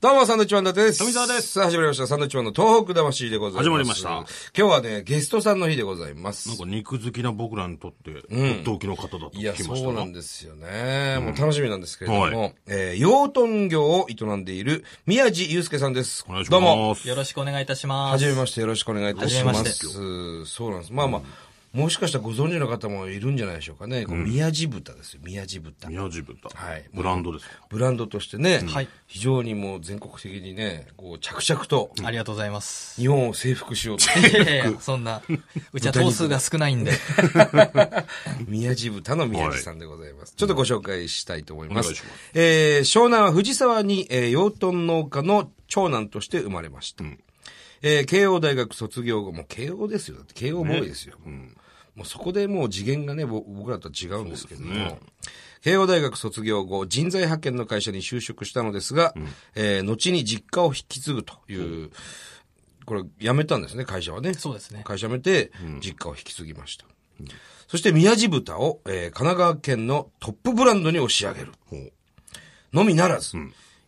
どうも、サンドウィッチマン伊達です。富澤ですさあ、始まりました。サンドウィッチマンの東北魂でございます。始まりました今日はね、ゲストさんの日でございます。なんか肉好きな僕らにとって、同期の方だといや、聞きましたそうなんでですよね。もう楽しみなんですけれども、はえー養豚業を営んでいる宮地祐介さんです。お願いしどうもま。す。よろしくお願いいたしまはす。じめまして、よろしくお願いいたしま。はじめますそうなんです。まあまあ、もしかしたらご存知の方もいるんじゃないでしょうかね。こう宮地豚ですよ、宮地豚。宮地豚。はいブランドですか。ブランドとしてね、はい非常にもう全国的にね、こう着々とありがとうございます。日本を征服しようと。いやいやいやそ んな、うちは頭数が少ないんで。 宮地豚の宮地さんでございます。ちょっとご紹介したいと思います。お願いしますえー湘南は藤沢に、えー養豚農家の長男として生まれました。えー慶応大学卒業後、もう慶応ですよ。だって慶応ボーイですよ。もうそこでもう次元がね、ぼ僕らとは違うんですけども、慶応大学卒業後、人材派遣の会社に就職したのですが、えー後に実家を引き継ぐという、これ辞めたんですね、会社はね。そうですね。会社辞めて、実家を引き継ぎました。そして宮地豚を、えー神奈川県のトップブランドに押し上げる。のみならず、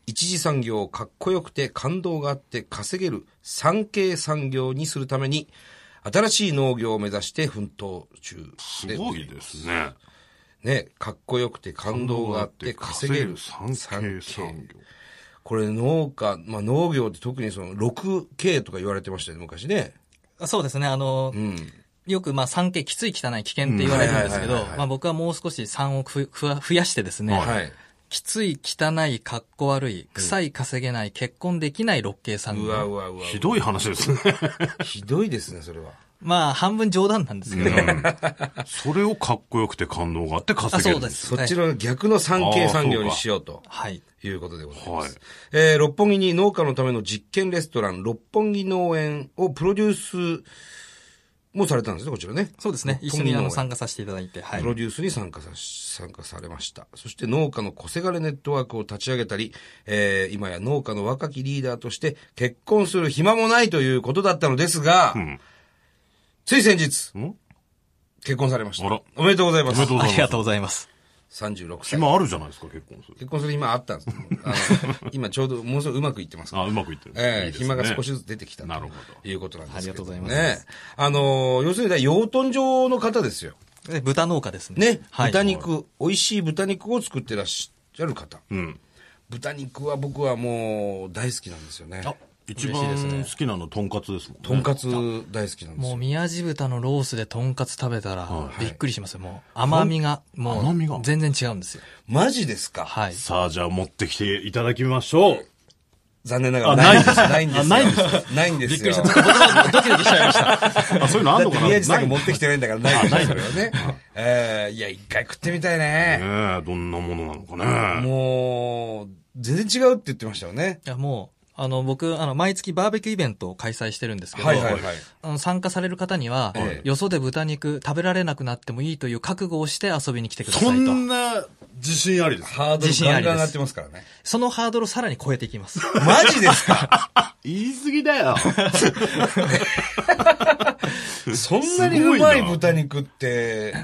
一次産業をかっこよくて感動があって稼げる産経産業にするために、新しい農業を目指して奮闘中すで。ごいですね。ね、かっこよくて感動があって稼げる産経産業。これ農家、まあ農業って特にその 6K とか言われてましたよね、昔ね。 そうですね。あの、よく、まあ、3系きつい、汚い、危険って言われるんですけうんはいはいはいどはい、まあ、僕はもう少し3をふふわ増やしてですね、はい。きつい、汚い、かっこ悪い、臭い、稼げない、結婚できない6系産うわう業。わうわ。ひどい話ですね。 ひどいですね、それは。まあ、半分冗談なんですけど、それをかっこよくて感動があって稼げる。あそうですそっちの逆の産経産業にしようと。はい。いうことでございます。はいえー六本木に農家のための実験レストラン、六本木農園をプロデュースもされたんですね、こちらね。そうですね。六一本緒木に農あ園の参加させていただいて、はいプ。ロデュースに参加さ、参加されました。そして農家の小せがれネットワークを立ち上げたり、えー今や農家の若きリーダーとして結婚する暇もないということだったのですが、んつい先日、ん結婚されました。あらおめでとうございます。おめでとうございあますりがとうございます。 36歳。今あるじゃないですか、結婚する。結婚する暇あったんですけどあの今ちょうどものすごいうまくいってますからあ、うまくいってる。ええいいですね暇が少しずつ出てきたなるほということなんですけど、ね。ありがとうございます。あのー、要するに養豚場の方ですよ。で豚農家ですね。ね。はい。豚肉、美味しい豚肉を作ってらっしゃる方。ど。うん。豚肉は僕はもう大好きなんですよね。一嬉しいです番ね好きなのとんかつですもんね。とんかつ大好きなんですもうよ。宮地豚のロースでとんかつ食べたら、いびっくりしますよ。もう甘みが、も甘みがう全然違うんですよ。マジですか、はい。さあ、じゃあ持ってきていただきま しょう。残念ながらあないんですよ。ないんですよ。あないんですないんですよ。びっくりした。ちょっとドキドキドキドキしちゃいました。あ、そういうのあん だのっかてな宮地さんが持ねってきてないんだからないですよ、それはね。えーいや、一回食ってみたいねえ、どんなものなのかね。もう、全然違うって言ってましたよね。いや、もう、あの、僕、あの、毎月バーベキューイベントを開催してるんですけど、はいはいはい。あの参加される方には、ええよそで豚肉食べられなくなってもいいという覚悟をして遊びに来てくださいと。そそんな自信ありです。ハードル自信ガあンりガでンす上がってますからね。のハードルをさらに超えていきます。マジです か言い過ぎだよ。そんなにうまい豚肉って、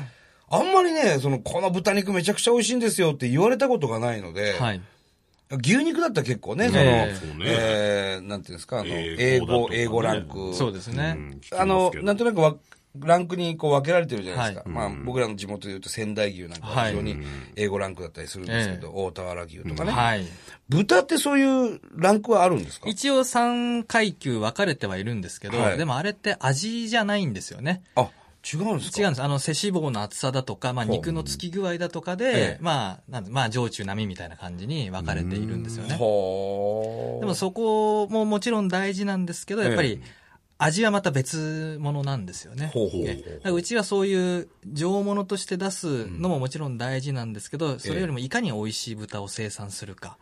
あんまりね、その、この豚肉めちゃくちゃ美味しいんですよって言われたことがないので、はい。牛肉だったら結構ね、その、えええそうねーなんていうんですか、あの、英英語だ語と、かね英語ランク。そうですね。うんあの、なんととなくわ、ランクにこう分けられてるじゃないですか。はまあ、僕らの地元で言うと仙台牛なんかは非い常に英語ランクだったりするんですけど、大田原牛とかね。はい。豚ってそういうランクはあるんですか一応3階級分かれてはいるんですけど、はいでもあれって味じゃないんですよね。あ、違うんですか違うんです。あの、背脂肪の厚さだとか、まあ、ほう肉のつき具合だとかええで、まあ、なんでまあ、上中並みみたいな感じに分かれているんですよね。ほーでもそこももちろん大事なんですけど、やっぱり、味はまた別物なんですよね。ほうほうほうええだからうちはそういう上物として出すのももちろん大事なんですけど、それよりもいかに美味しい豚を生産するか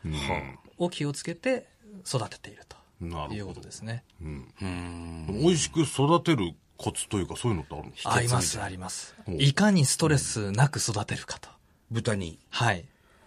を気をつけて育てているなといるうほこどと。ですね。美味しく育てるコツというか、そういうのってあるんですかあります、ありますほう。いかにストレスなく育てるかと。豚に。はい。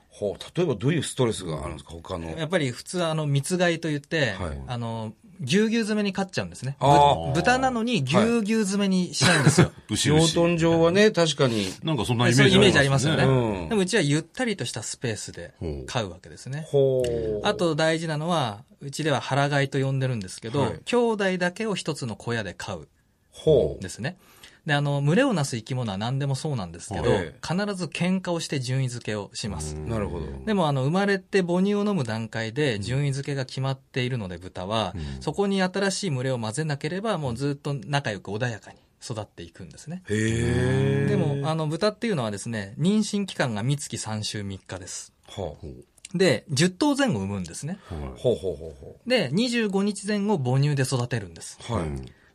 ほう、例えばどういうストレスがあるんですか他の。やっぱり普通あの、蜜買いと言って、はいあの、ぎゅうぎゅう詰めに飼っちゃうんですね。あーぶ豚なのにぎゅうぎゅう詰めにしないんですよ。牛養牛。豚場はね、確かに。なんかそんなイメそういうイーメージジあありりまますすよよね。ね。うんでもうちはゆったりとしたスペースで飼うわけですね。ほう。あと大事なのは、うちでは腹飼いと呼んでるんですけど、はい兄弟だけを一つの小屋で飼うほんですね。で、あの、群れをなす生き物は何でもそうなんですけど、はい必ず喧嘩をして順位付けをします。う。なるほど。でもあの生まれて母乳を飲む段階で順位付けが決まっているので豚は、そこに新しい群れを混ぜなければもうずっと仲良く穏やかに育っていくんですね。へえ。でもあの豚っていうのはですね、妊娠期間が三月3週3日です。ほう。で、10頭前後産むんですね。ほうほうほうほで、25日前後母乳で育てるんです。う。はい。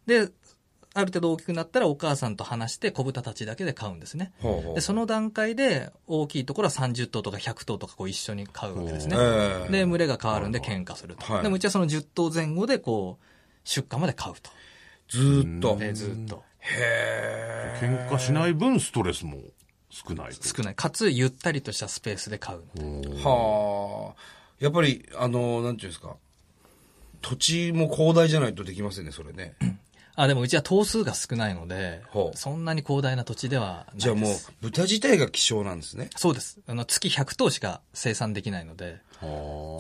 で、ある程度大きくなったらお母さんと話して子豚たちだけで飼うんですね。ほうほう。で、その段階で大きいところは30頭とか100頭とかこう一緒に飼うわけですね。ええで、群れが変わるんで喧嘩すると。はいでもうちはその10頭前後でこう、出荷まで買うと。ずーっと。で、ずっと。へえ。喧嘩しない分、ストレスも少ないと。少ない。かつ、ゆったりとしたスペースで買うので。はあ。やっぱり、あの、なんていうんですか。土地も広大じゃないとできませんね、それね。あ、でもうちは頭数が少ないのでほ、うそんなに広大な土地ではないです。じゃあもう、豚自体が希少なんですね。そうです。あの、月100頭しか生産できないので。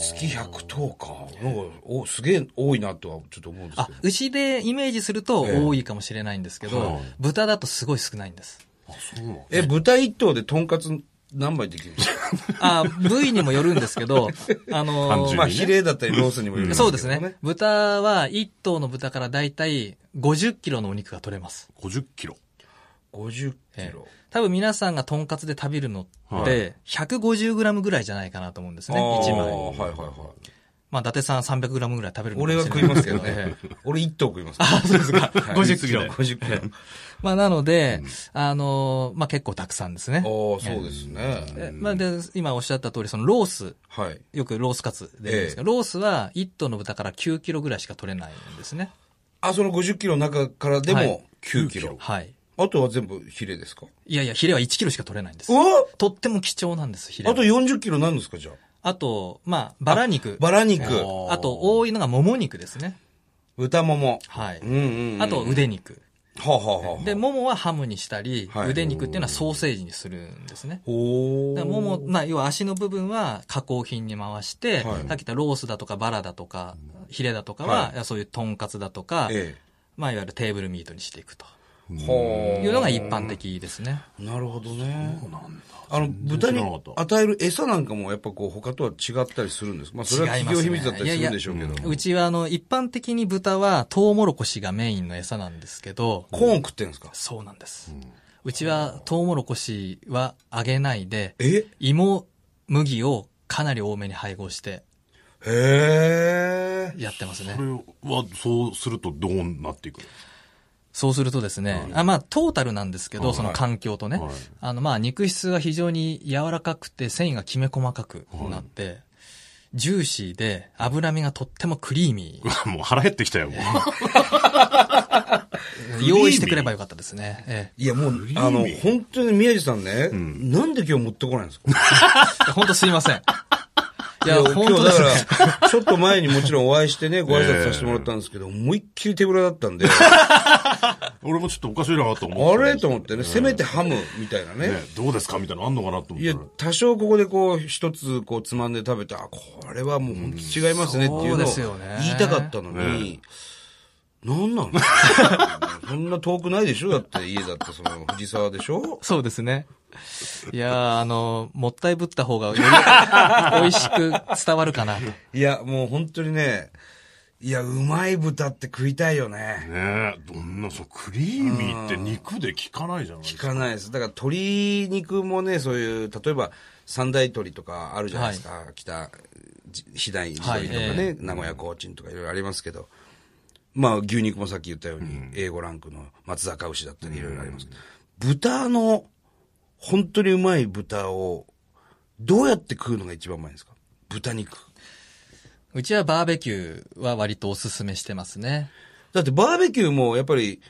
月100頭か。なんか、お、すげえ多いなとはちょっと思うんですあけど。、牛でイメージするとええ多いかもしれないんですけど、はい豚だとすごい少ないんです。あ、そうなんだえ、豚一頭でとんかつ何枚できるんですかあ、部位にもよるんです けど、あ単の純まあ、ヒレだったりロースにもよりますけそど、うですね。。豚は、1頭の豚からだいたい50キロのお肉が取れます。 50キロ。 50ええキロ。多分皆さんがとんかつで食べるのっはて、150グラムぐらいじゃないかなと思うんですね、1あー枚。はいはいはまあ、伊達さん300グラムぐらい食べるい。のかも俺は食しれないますけどえねえ。俺一頭食います。あ、そうですか。はい50キロ。 50キロ。 まあ、なので、あのー、まあ、結構たくさんですね。おーそうですえね。まあ、で、今おっしゃった通り、そのロース、はい。よくロースカツ出るんですけど、ロースは1頭の豚から9キロぐらいしか取れないんですね。あ、その50キロの中からではもい9キロ。はい。あとは全部ヒレですかいやいや、ヒレは1キロしか取れないんですう。わとっても貴重なんです、ヒレは。あと40キロなんですかじゃあ。あと、まあ、バラ肉。バラ肉、あと、多いのがもも肉ですね。豚もも。はい。うんうんうん。あと、腕肉。はあ、はあはあ、で、ももはハムにしたり、はい腕肉っていうのはソーセージにするんですね。おーだからもも、まあ、要は足の部分は加工品に回しはて、いさっき言ったロースだとかバラだとか、ヒレだとかはは、いいやそういうトンカツだとか、えまあ、いわゆるテーブルミートにしていくとえ。はあいうのが一般的ですね。なるほどね。なんだ。あの、豚に知らなかった与える餌なんかもやっぱこう他とは違ったりするんですかまあそれは違い企ま業すね秘密だったりするんでしょうけど。うちは、あの、一般的に豚はトウモロコシがメインの餌なんですけど、コーン食ってんですかそうなんです。うちはトウモロコシは揚げないで、え芋、麦をかなり多めに配合してへえ。やってますねそ。れは、そうするとどうなっていくのそうするとですね、あまあトータルなんですけど、その環境とねはい、あのまあ肉質が非常に柔らかくて繊維がきめ細かくなって、ジューシーで脂身がとってもクリーミうわ もう腹減ってきたよ、もう。ー。用意してくればよかったですね。えいやもう、あの、本当に宮治さんね、なんで今日持ってこないんですかえ。本当すい ません。いや、今本日当だですかね。ら、ちょっと前にもちろんお会いしてね、ご挨拶させてもらったんですけど、思いっきり手ぶらだったん で、俺もちょっとおかしいなと思っあてた。れと思ってね、せめてハムみたいなねね。どうですかみたいなのあんのかなと思いっやたら。、多少ここでこう、一つこう、つまんで食べて、あ、これはもう本当に違いますねっていうそうのでをすよね言いたかったのに、なんなの そんな遠くないでしょだって家だってその藤沢でしょそうですね。いやー、あの、もったいぶった方が より美味しく伝わるかなと。いや、もう本当にね、いや、うまい豚って食いたいよね。ねえ、どんな、そう、クリーミーって肉で効かないじゃないです聞か。かないです。だから鶏肉もね、そういう、例えば三大鶏とかあるじゃないですか。北、じ肥大鶏とかね、はいえ名古屋コーチンとかいろいろありますけど。まあ、牛肉もさっき言ったように、A5 ランクの松坂牛だったりいろいろありますけど、豚の、本当にうまい豚を、どうやって食うのが一番うまいんですか豚肉。うちはバーベキューは割とおすすめしてますね。だってバーベキューもやっぱり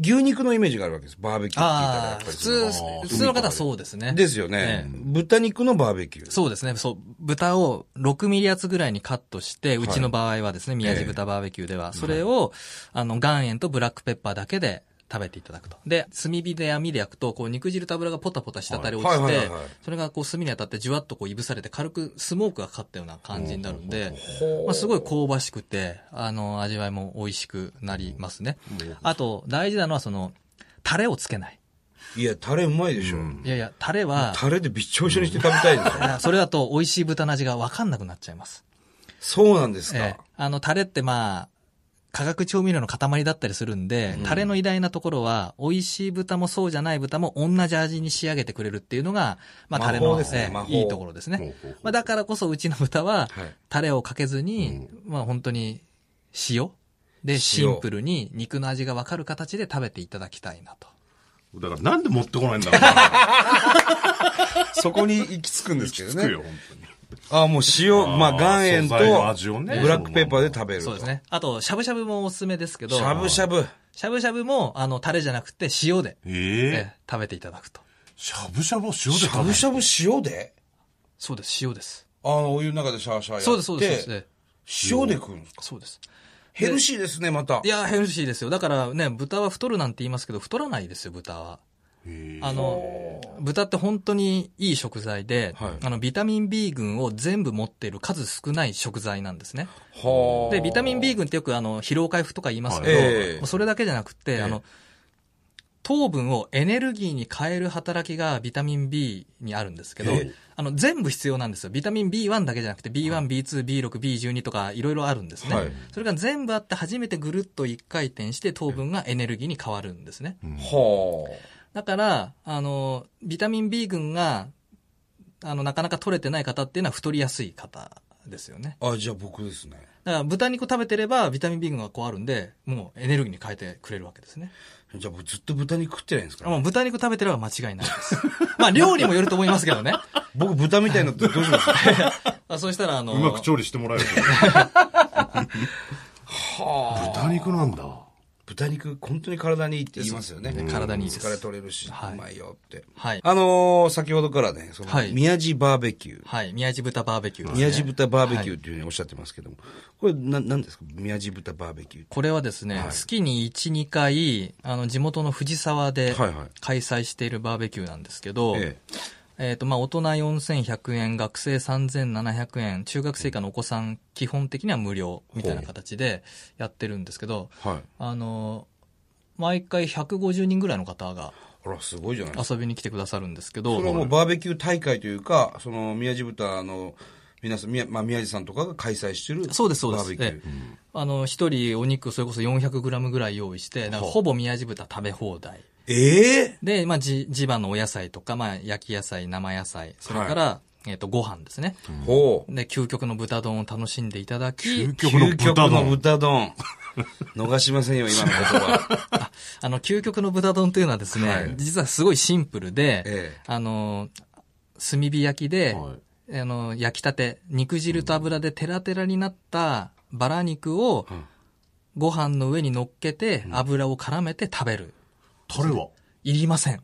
牛肉のイメージがあるわけです。バーベキューって言ったらやっああ、ぱり普その通、普通の方はそうですね。ですよね、ええ豚肉のバーベキュー。そうですね。そう、豚を6ミリ厚ぐらいにカットして、うちの場合はですね、宮地豚バーベキューでは、それを、あの、岩塩とブラックペッパーだけで食べていただくと。で、炭火で網で焼くと、こう肉汁と油がポタポタ滴り落はいちはいはていはい、それがこう炭に当たってじゅわっとこういぶされて軽くスモークがかかったような感じになるんで、まあ、すごい香ばしくて、あの、味わいも美味しくなりますね。あと、大事なのはその、タレをつけない。いや、タレうまいでしょ。いやいや、タレは、タレでびっちょびちょにして食べたいですいやそれだと美味しい豚の味がわかんなくなっちゃいます。そうなんですええか。あの、タレってまあ、化学調味料の塊だったりするんで、タレの偉大なところは、美味しい豚もそうじゃない豚も同じ味に仕上げてくれるっていうのが、まあ魔法タレの、ですねええ魔法いいところですねほうほうほう。まあだからこそうちの豚は、はいタレをかけずに、まあ本当に塩でシンプルに肉の味がわかる形で食べていただきたいなと。だからなんで持ってこないんだろうな。 そこに行き着くんですけつどくね。よ、本当に。ああ、もう塩、まあ、岩塩と、素材の味をねブラックペーパーで食べると。そうですね。あと、しゃぶしゃぶもおすすめですけど、しゃぶしゃぶ。しゃぶしゃぶも、あの、タレじゃなくて塩で、ええええ食べていただくと。しゃぶしゃぶを塩でしゃ食べぶるしゃぶ塩でそうです、塩です。ああ、お湯の中でシャーシャーやって。そうです、そうです、そうです。塩で食うんですかそうです。ヘルシーですね、また。いや、ヘルシーですよ。だからね、豚は太るなんて言いますけど、太らないですよ、豚は。へあの、豚って本当にいい食材で、はいあの、ビタミン B 群を全部持っている数少ない食材なんですね。はあ。で、ビタミン B 群ってよくあの、疲労回復とか言いますけど、はいええそれだけじゃなくて、あの、糖分をエネルギーに変える働きがビタミン B にあるんですけど、ええあの、全部必要なんですよ。ビタミン B1 だけじゃなくて、B1、B2、B6、B12 とかいろいろあるんですね、はいそれが全部あって初めてぐるっと一回転して糖分がエネルギーに変わるんですね。はだから、あの、ビタミン B 群が、あの、なかなか取れてない方っていうのは太りやすい方ですよね。あ。あ、じゃあ僕ですね。だから豚肉食べてればビタミン B 群がこうあるんで、もうエネルギーに変えてくれるわけですね。じゃあ僕ずっと豚肉食ってないんですかもう豚肉食べてれば間違いないです。 まあ料理もよると思いますけど ね。僕豚みたいになってどうしますあそうしたらあの、うまく調理してもらえるは豚肉なんだ。豚肉、本当に体にいいって言いますよね。そうですね体にいいです疲れ取れるし、はいうまいよって。はい。あのー先ほどからね、そのはい宮地バーベキュー。はい。宮地豚バーベキューですね、宮地豚バーベキューっていうふうにおっしゃってますけども、これな、なんですか宮地豚バーベキューって。これはですね、月に1、2回、あの、地元の藤沢ではいはい開催しているバーベキューなんですけど、ええっ、と、まあ、大人4100円、学生3700円、中学生以下のお子さん、基本的には無料みたいな形でやってるんですけど、はい。あの、毎回150人ぐらいの方があら、すごいじゃないですか。遊びに来てくださるんですけそれはもど、うバーベキュー大会というか、その宮地豚の皆さん、宮,、まあ、宮地さんとかが開催してる。そうですそうでバすーベキュー。あの、一人お肉それこそ400グラムぐらい用意して、なんかほぼ宮地豚食べ放題。ええで、まあ、じ、地場のお野菜とか、まあ、焼き野菜、生野菜、それから、えっ、と、ご飯ですね。ほう。で、究極の豚丼を楽しんでいただき、究極の究極の豚丼。豚 丼。逃しませんよ、今の言葉。あの、究極の豚丼というのはですね、はい実はすごいシンプルで、ええあの、炭火焼きで、はあの、焼きたて、肉汁と油でテラテラになったバラ肉を、ご飯の上に乗っけて、油を絡めて食べる。タレはいりません。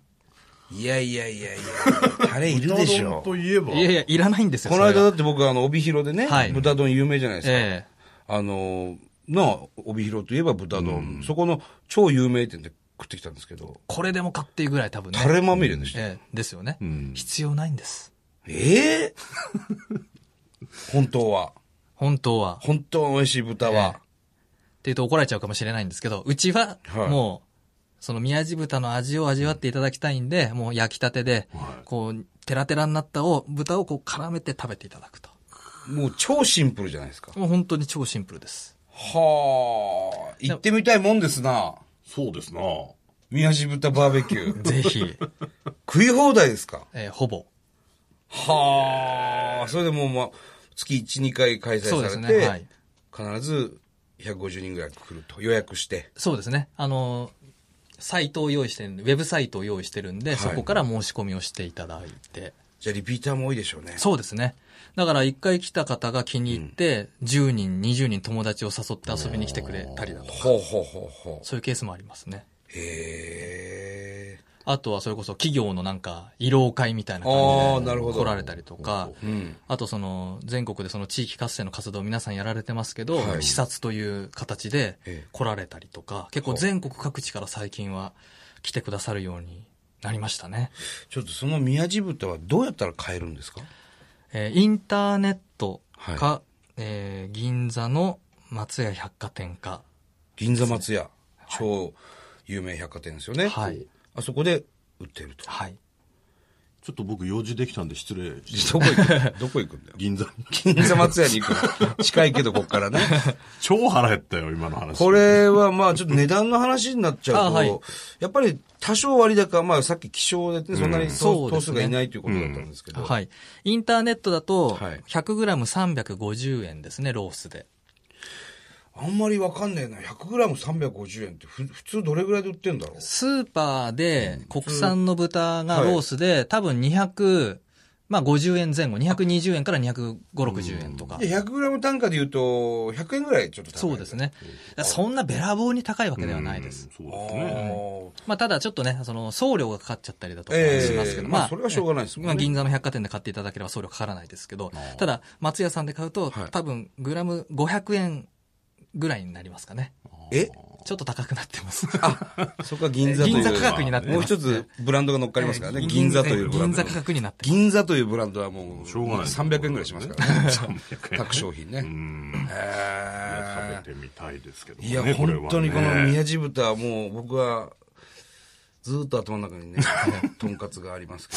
いやいやい やいや。タレいるでしょ豚丼。といえば。いやいや、いらないんですよ。この間それだはって僕、あの、帯広でね、はい豚丼有名じゃないですか。えあの、の、帯広といえば豚丼、そこの超有名店で食ってきたんですけどえ、これでも買っていうぐらい多分ね。タレまみれでした。ええですよね、ん必要ないんです。ええ 本当は。本当は。本当の美味しい豚は。っていうと怒られちゃうかもしれないんですけど、うちははい、もう、その宮地豚の味を味わっていただきたいんで、もう焼きたてで、こう、テラテラになったを、豚をこう絡めて食べていただくと。もう超シンプルじゃないですか。もう本当に超シンプルです。はあ、行ってみたいもんですな。そうですな。宮地豚バーベキュ ー。ぜひ、食い放題ですか えーほ ぼ。はあ、それでもう、まあ、月1、2回開催そうですされね。て、はい。必ず150人ぐらい来ると予約して。そうですね。あの、サイトを用意してるんでウェブサイトを用意してるんで、いそこから申し込みをしていただいて。じゃあリピーターも多いでしょうね。そうですね。だから一回来た方が気に入って、10人、20人友達を誘って遊びに来てくれたりだとか、ほうほうほうほう。そういうケースもありますね。へえ。あとはそれこそ企業のなんか、慰労会みたいなああ感じなるほでど来られたりとか、うん。あとその、全国でその地域活性の活動を皆さんやられてますけど、はい視察という形でええ来られたりとか、結構全国各地から最近は来てくださるようになりましたね。ちょっとその宮地豚はどうやったら買えるんですかえーインターネットか、はえー銀座の松屋百貨店か、銀座松屋、超有名百貨店ですよね。はい。あそこで売ってると。はい。ちょっと僕用事できたんで失礼。どこ行 くどこ行くんだよ。銀座。銀座松屋に行くの。近いけど、こっからね。超腹減ったよ、今の話。こ。れはまあちょっと値段の話になっちゃうと、あはいやっぱり多少割高、まあさっき希少でね、そんなにそ頭うで頭す数ねがいないということだったんですけど、はい。インターネットだと、はい 100g350 円ですね、ロースで。あんまりわかんねえな。100g350 円ってふ普通どれぐらいで売ってんだろうスーパーで国産の豚がロースで、多分200、まあ50円前後、220円から250、60円とか。で 100g 単価で言うと、100円ぐらいちょっと高い。そうです。ね。そんなべらぼうに高いわけではないです。そうあですね。ーまあただちょっとね、その送料がかかっちゃったりだとかええしますけど、まあそれはしょうがないですもんねまあ銀座の百貨店で買っていただければ送料かからないですけど、ただ松屋さんで買うと、はい多分グラム500円ぐらいになりますかね。えちょっと高くなってます。そこは銀座という。銀座価格になってますもう一つブランドが乗っかりますからね。銀座というブラン銀ド。座価格になってます。銀座というブランドはもう、しょうがない300円ぐらいしますからね。 300円。各商品ね。うん。へー食べてみたいですけどもね。いや、これはね本当にこの宮地豚はもう僕は、ずーっと頭の中にね、 とんかつがありますけ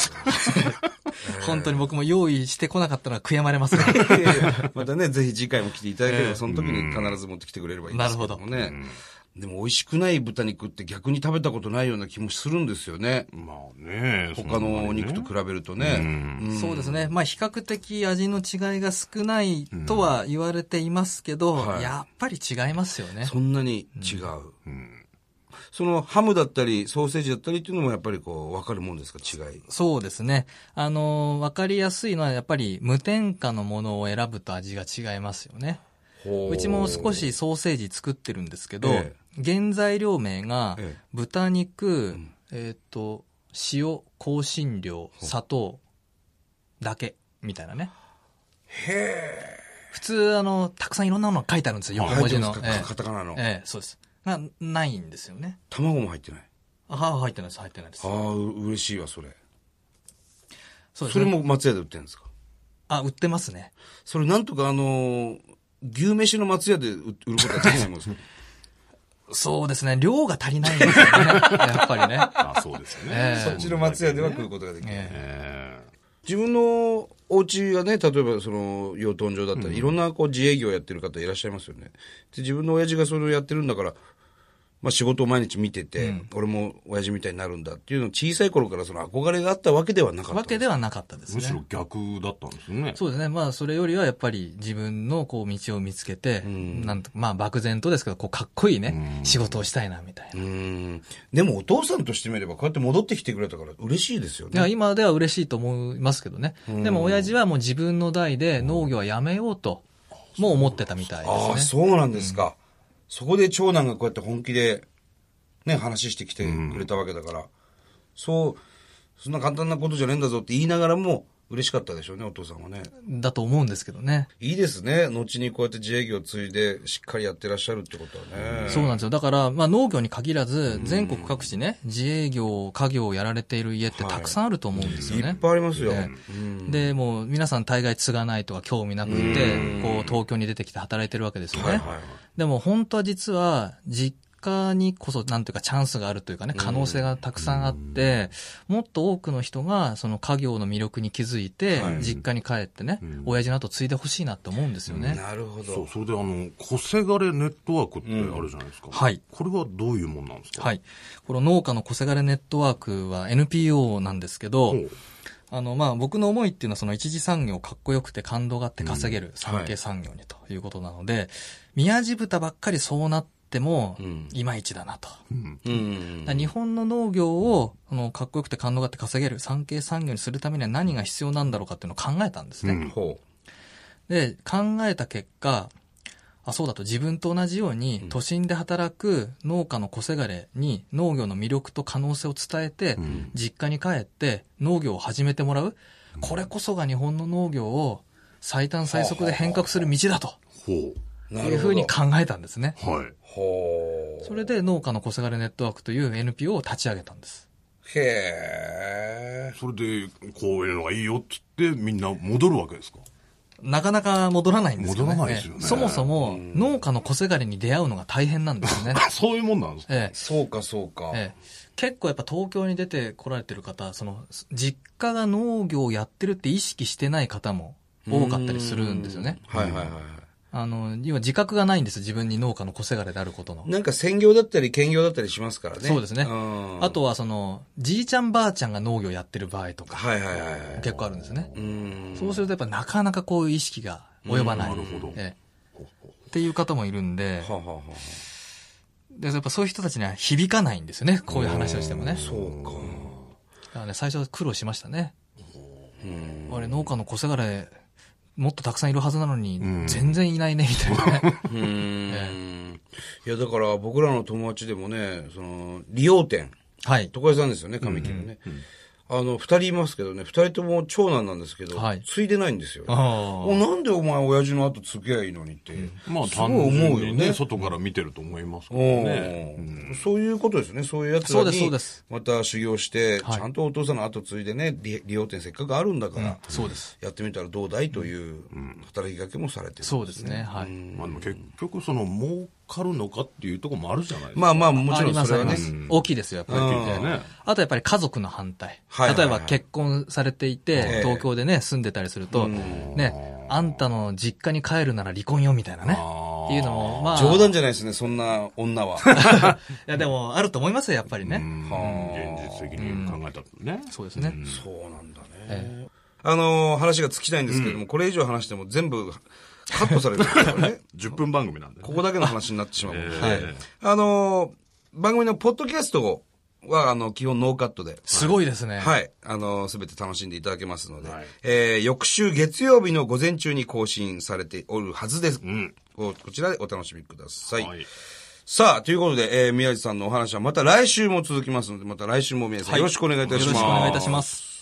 本当に僕も用意してこなかったのは悔やまれますね。どいやいや。 またね、ぜひ次回も来ていただければ、その時に必ず持ってきてくれればいいんですけどもね。でも美味しくない豚肉って逆に食べたことないような気もするんですよね。まあね。他のお肉と比べるとね。そうですね。まあ比較的味の違いが少ないとは言われていますけど、はいやっぱり違いますよね。そんなに違う。そのハムだったり、ソーセージだったりっていうのもやっぱりこう、わかるもんですか、違い。そうですね。あのー、わかりやすいのはやっぱり無添加のものを選ぶと味が違いますよね。うちも少しソーセージ作ってるんですけど、え原材料名がええ豚肉、えーっと、塩、香辛料、砂糖だけ、みたいなね。普通、あの、たくさんいろんなのが書いてあるんですよ、入横文って字のます。か、ええカタカナの。ええ、そうです。が、ないんですよね。卵も入ってない。あ、入ってないです、入ってないですあ。あ、う嬉しいわ、それ。そうですそれ。ねも松屋で売ってるんですかあ、売ってますね。それなんとかあのー牛飯の松屋で売売ることはできないもんですかそうですね。量が足りないんですよ ね。やっぱりね。あ、そうですよね。そっちの松屋では食うことができない。ええええ自分のお家がね、例えばその養豚場だったり、いろんなこう自営業やってる方いらっしゃいますよね。で、自分の親父がそれをやってるんだから、まあ仕事を毎日見てて、俺も親父みたいになるんだっていうのを小さい頃からその憧れがあったわけではなかったんわです。けではなかったですむしね。ろ逆だったんですね。そうですね。まあ、それよりはやっぱり自分のこう道を見つけて、なんと、まあ、漠然とですけど、こう、かっこいいね、仕事をしたいな、みたいな。うーん。でもお父さんとしてみればこうやって戻ってきてくれたから嬉しいですよいやね。今では嬉しいと思いますけどね。でも、親父はもう自分の代で農業はやめようと、もう思ってたみたいですね。ああ、そうなんですか、そこで長男がこうやって本気で、ね、話してきてくれたわけだから、そう、そんな簡単なことじゃねえんだぞって言いながらも、嬉しかったでしょうね、お父さんはね。だと思うんですけどね。いいですね。後にこうやって自営業を継いで、しっかりやってらっしゃるってことはね。そうなんですよ。だから、まあ農業に限らず、全国各地ね、自営業、家業をやられている家ってたくさんあると思うんですよいっね。ぱいありますよ。ねうんで、もう皆さん大概継がないとか興味なくて、こう東京に出てきて働いてるわけですよね。でも本当は実は、実家にこそ、なんていうかチャンスがあるというかね、可能性がたくさんあって、もっと多くの人が、その家業の魅力に気づいて、実家に帰ってね、親父の後継いでほしいなって思うんですよね。なるほど。そう、それであの、こせがれネットワークってあるじゃないですか。はいこれはどういうもんなんですかはい。この農家のこせがれネットワークは NPO なんですけどほ、うあの、まあ、僕の思いっていうのはその一次産業かっこよくて感動があって稼げる産経産業にということなので、宮地豚ばっかりそうなってもん、いまいちだなと。うんだから日本の農業を、あの、かっこよくて感動があって稼げる産経産業にするためには何が必要なんだろうかっていうのを考えたんですね。うんほで、考えた結果、あ、そうだと自分と同じように、都心で働く農家の小せがれに農業の魅力と可能性を伝えて、実家に帰って農業を始めてもらう。これこそが日本の農業を最短最速で変革する道だとほないるうふほうどに。考えたんですね。う。はい。ほう。それで農家の小せがれネットワークという NPO を立ち上げたんです。へえ。それで、こういうのがいいよって言って、みんな戻るわけですかなかなか戻らないんですよね。戻らないですよねそもそも農家の小せがれに出会うのが大変なんで すね。あそういうもんなんですかええそうか、そうか。ええ、結構やっぱ東京に出てこられてる方その実家が農業をやってるって意識してない方も多かったりするんですよねはいはいはあの要は自覚がないんです自分に農家の小せがれであることのい。、なんか専業だったり兼業だったりしますからね。そうですねんあ、とはそのじいちゃんばあちゃんが農業やってる場合とかはいはいはいはい。結構あるんですね、うん。そうするとやっぱなかなかこういう意識が及ばない、なるほどええっていう方もいるんではあはあはあでやっぱそういう人たちには響かないんですよねこういう話をしてもねそうか。だからね最初は苦労しましたねうん。あれ、農家の小せがれ、もっとたくさんいるはずなのに、うん全然いないね、みたいな ね。うーんいや、だから僕らの友達でもね、その、利用店、はい。床屋さんですよね、神木のね。あの、二人いますけどね、二人とも長男なんですけど、はい継いでないんですよ。あおなんでお前親父の後継ぎゃいいのにって、まあ、すごい単思う純よにねね、。外から見てると思いますけどね。うんそういうことですよね。そういうやつそうらですそうにです、また修行して、ちはいゃんとお父さんの後継いでね、利利用店せっかくあるんだから、あ。そうです。やってみたらどうだいという働きかけもされてる。そうですね、はい。まあ、でも結局、その、儲かるのかっていうところもあるじゃないですか。まあまあ、もちろんそれはありまね。すあります大きいですよ、やっぱり。大きいですねええあとやっぱり家族の反対。はいはいはい例えば結婚されていええて、東京でね、住んでたりすると、ね、あんたの実家に帰るなら離婚よ、みたいなね。あーっていうのも、まあ。冗い談じゃないですね、そんな女は。や、でも、あると思いますよ、やっぱりね。うん現実的に考えたらね。そうですね。そうなんだね。えあのー話が尽きないんですけれども、これ以上話しても全部カットされるから ね。 10分番組なんでね。ここだけの話になってしまう。えはいえあのー番組のポッドキャストは、あの、基本ノーカットで。すごいですね。はい。あの、すべて楽しんでいただけますので、はいえー、翌週月曜日の午前中に更新されておるはずです。ここちらでお楽しみください。はいさあ、ということで、えー、宮地さんのお話はまた来週も続きますので、また来週も皆さんよろしくお願いいたします。よろしくお願いいたします。